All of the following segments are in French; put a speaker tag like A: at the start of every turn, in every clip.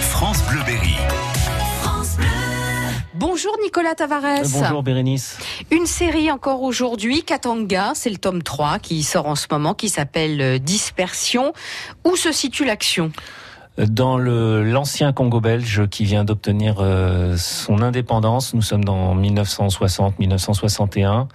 A: France Bleu Berry.
B: Bonjour Nicolas Tavares.
C: Euh, Bonjour Bérénice.
B: Une série encore aujourd'hui, Katanga, c'est le tome 3 qui sort en ce moment, qui s'appelle euh, Dispersion. Où se situe l'action
C: Dans le l'ancien Congo belge qui vient d'obtenir euh, son indépendance, nous sommes dans 1960-1961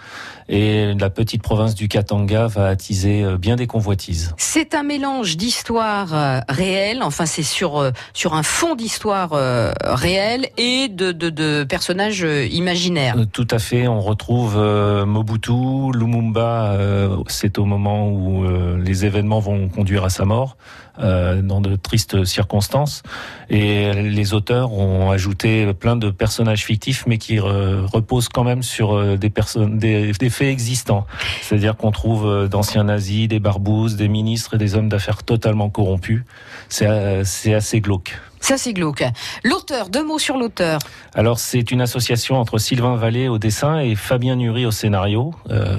C: et la petite province du Katanga va attiser euh, bien des convoitises.
B: C'est un mélange d'histoire euh, réelle, enfin c'est sur, euh, sur un fond d'histoire euh, réelle et de, de, de personnages euh, imaginaires.
C: Euh, Tout à fait, on retrouve euh, Mobutu, Lumumba, euh, c'est au moment où euh, les événements vont conduire à sa mort, euh, dans de tristes circonstances. Et les auteurs ont ajouté plein de personnages fictifs, mais qui euh, reposent quand même sur euh, des, personnes, des, des faits existants. C'est-à-dire qu'on trouve euh, d'anciens nazis, des barbouzes, des ministres et des hommes d'affaires totalement corrompus. C'est euh, c'est assez glauque.
B: Ça c'est glauque. L'auteur, deux mots sur l'auteur.
C: Alors c'est une association entre Sylvain Vallée au dessin et Fabien Nury au scénario. Euh,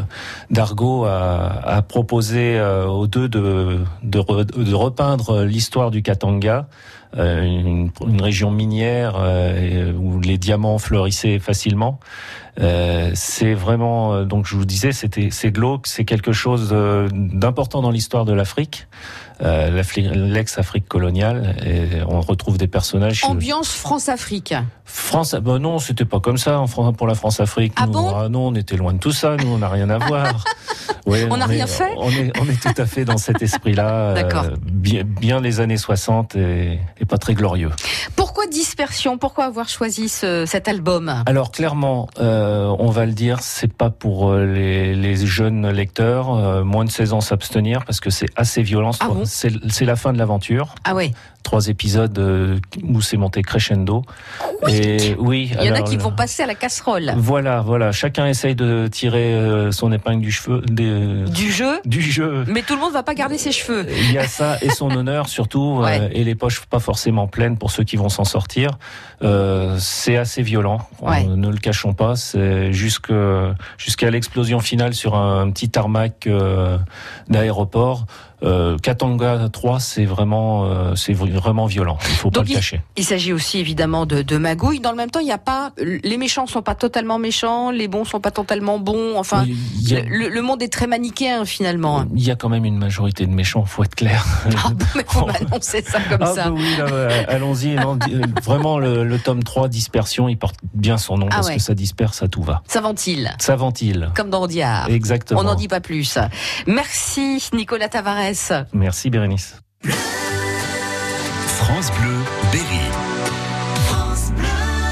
C: Dargaud a, a proposé euh, aux deux de, de, re- de repeindre l'histoire du Katanga, euh, une, une région minière euh, et où les diamants fleurissaient facilement. Euh, c'est vraiment, euh, donc je vous disais, c'était c'est glauque, c'est quelque chose euh, d'important dans l'histoire de l'Afrique, euh, l'Afri- l'ex-Afrique coloniale. Et on retrouve des personnages.
B: Ambiance France-Afrique.
C: France, ben non, c'était pas comme ça en Fran- pour la France-Afrique.
B: Ah
C: nous.
B: bon
C: non, on était loin de tout ça. Nous, on n'a rien à voir. Ouais,
B: On n'a
C: est-
B: rien fait
C: On est, on est tout à fait dans cet esprit-là. euh,
B: D'accord.
C: bien, bien les années 60 et, et pas très glorieux.
B: Pourquoi Dispersion Pourquoi avoir choisi ce- cet album
C: Alors clairement, euh, on va le dire, c'est pas pour euh, les, les jeunes lecteurs, euh, moins de 16 ans s'abstenir parce que c'est assez violent.
B: Ah bon
C: c'est c'est la fin de l'aventure.
B: Ah ouais,
C: Trois épisodes euh, où c'est monté crescendo. Et oui.
B: il y en a
C: alors, euh,
B: qui
C: le-
B: vont passer à la casserole
C: Voilà, voilà. Chacun essaye de tirer euh, son épingle du cheveu, des- euh,
B: du jeu,
C: du jeu.
B: mais tout le monde va pas garder ses cheveux.
C: Il y a ça et son honneur surtout, euh,
B: Ouais.
C: et les poches pas forcément pleines pour ceux qui vont s'en sortir. Euh, c'est assez violent,
B: Ouais.
C: on, ne le cachons pas. C'est jusque jusqu'à l'explosion finale sur un, petit tarmac euh, d'aéroport. Euh, Katanga 3, c'est vraiment, euh, c'est vraiment violent. Il faut
B: Donc
C: pas
B: il-
C: le cacher.
B: Il s'agit aussi évidemment de, de magouilles. Dans le même temps, il n'y a pas les méchants sont pas totalement méchants, les bons sont pas totalement bons. Enfin,
C: Il y a-
B: le, le monde est très manichéen finalement.
C: il y a quand même une majorité de méchants, faut être clair.
B: Ah bon, mais faut m'annoncer ça comme
C: Oh. Ah
B: ça.
C: bah oui, là, ouais, allons-y. Non, di- euh, vraiment, le, le tome 3, Dispersion, il porte bien son nom
B: Ah
C: parce
B: ouais.
C: que ça disperse à tout va.
B: Ça ventile,
C: Ça ventile.
B: comme dans Diard.
C: Exactement.
B: Ah, On n'en dit pas plus. Merci Nicolas Tavares.
C: Merci Bérénice.
A: France Bleu,